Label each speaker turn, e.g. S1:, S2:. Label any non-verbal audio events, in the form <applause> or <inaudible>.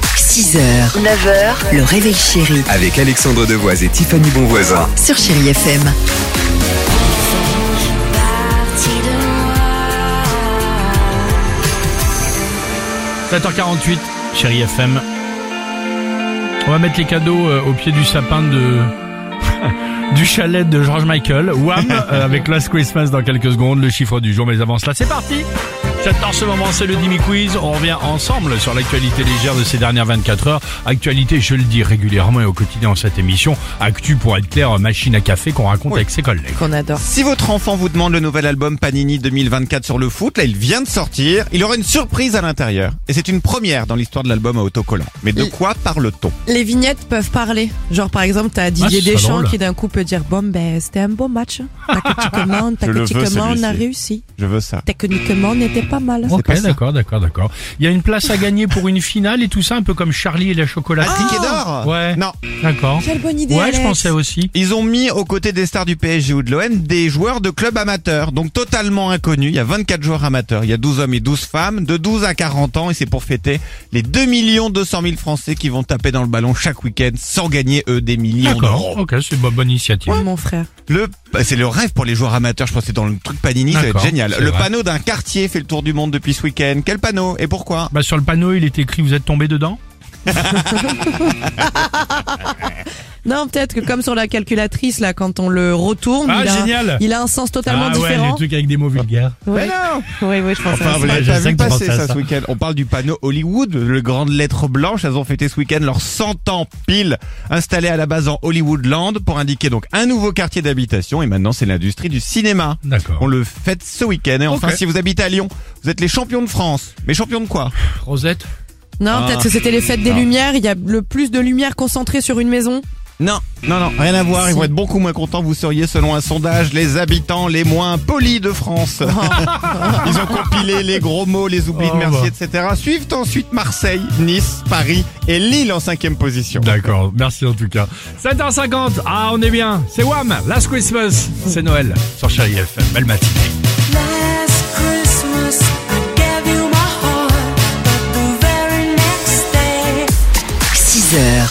S1: 6h, 9h, le réveil chéri
S2: Avec Alexandre Devoise et Tiffany Bonvoisin.
S1: sur Chéri FM.
S3: Partie de moi.
S4: 7h48, chérie FM. On va mettre les cadeaux euh, au pied du sapin de <laughs> du chalet de George Michael.
S5: <laughs>
S4: Wham euh, avec Last Christmas dans quelques secondes, le chiffre du jour. Mais avant cela, c'est parti. J'adore ce moment, c'est le Dimi Quiz. On revient ensemble sur l'actualité légère de ces dernières 24 heures. Actualité, je le dis régulièrement et au quotidien en cette émission. Actu, pour être clair, euh, machine à café qu'on raconte avec ses collègues.
S5: Si votre enfant vous demande le nouvel album Panini 2024 sur le foot, là il vient de sortir, il aura une surprise à l'intérieur. Et c'est une première dans l'histoire de l'album à autocollant. Mais de quoi parle-t-on
S6: les vignettes peuvent parler. Genre, par exemple, t'as
S4: Ah, c'est
S6: Didier
S4: pas
S6: Deschamps
S4: drôle.
S6: qui d'un coup peut dire Bon, ben, c'était un beau match.
S4: <laughs>
S6: Tactiquement,
S5: Je le veux,
S6: tactiquement, on a
S5: celui-ci.
S6: réussi.
S5: Je veux ça.
S6: Techniquement, on était pas mal.
S5: pas
S4: Ok,
S5: ça.
S4: d'accord, d'accord, d'accord. Il y a une place à gagner pour une finale et tout ça, un peu comme Charlie et la
S5: Un
S4: chocolaterie.
S5: ticket d'or
S4: Ah Ouais.
S5: Non.
S4: D'accord.
S6: Quelle bonne idée.
S4: Ouais,
S6: Alex.
S4: je pensais aussi.
S5: Ils ont mis aux côtés des stars du PSG ou de l'OM des joueurs de clubs amateurs, donc totalement inconnus. Il y a 24 joueurs amateurs, il y a 12 hommes et 12 femmes, de 12 à 40 ans, et c'est pour fêter les 2 200 000 Français qui vont taper dans le ballon chaque week-end sans gagner eux des millions d'euros.
S4: D'accord. Ok, c'est une bonne initiative.
S6: Ouais, mon frère.
S5: Le, bah, c'est le rêve pour les joueurs amateurs. Je pense que c'est dans le truc Panini, ça va être
S4: D'accord,
S5: génial.
S4: c'est
S5: Le
S4: vrai.
S5: panneau d'un quartier fait le tour du monde depuis ce week-end. Quel panneau et pourquoi
S4: Bah sur le panneau, il est écrit vous êtes tombé dedans.
S6: Non, peut-être que comme sur la calculatrice, là, quand on le retourne,
S4: Ah,
S6: il, a,
S4: génial.
S6: il a un sens totalement
S4: ah ouais,
S6: différent.
S4: les trucs avec des mots vulgaires.
S6: Ouais. Oui, oui, je pense
S4: Enfin,
S6: à ça.
S4: Ah, vous l'avez
S5: T'as
S4: je sais
S5: vu
S4: que tu
S5: passer
S4: pensais à
S5: ça,
S4: ça.
S5: ce week-end On parle du panneau Hollywood, le grande lettre blanche. Elles ont fêté ce week-end leurs 100 ans pile, installé à la base en Hollywoodland pour indiquer donc un nouveau quartier d'habitation. Et maintenant, c'est l'industrie du cinéma. On
S4: D'accord.
S5: le fête ce week-end. Et enfin,
S4: Ok.
S5: si vous habitez à Lyon, vous êtes les champions de France. Mais champions de quoi
S4: Rosette.
S6: Non,
S5: Ah.
S6: peut-être que c'était les fêtes des
S5: Non.
S6: lumières. Il y a le plus de lumière concentrée sur une maison.
S5: Non, non, non, rien à voir. Ils vont être beaucoup moins contents. Vous seriez, selon un sondage, les habitants les moins polis de France. Ils ont compilé les gros mots, les oublis
S4: Oh,
S5: de merci, etc. Suivent ensuite Marseille, Nice, Paris et Lille en cinquième position.
S4: D'accord. Merci en tout cas. 7h50. Ah, on est bien. C'est Wham. Last Christmas. C'est Noël sur Chérie FM. Belle matinée.
S3: Last Christmas, I gave you my heart, but the very next day.
S1: 6h,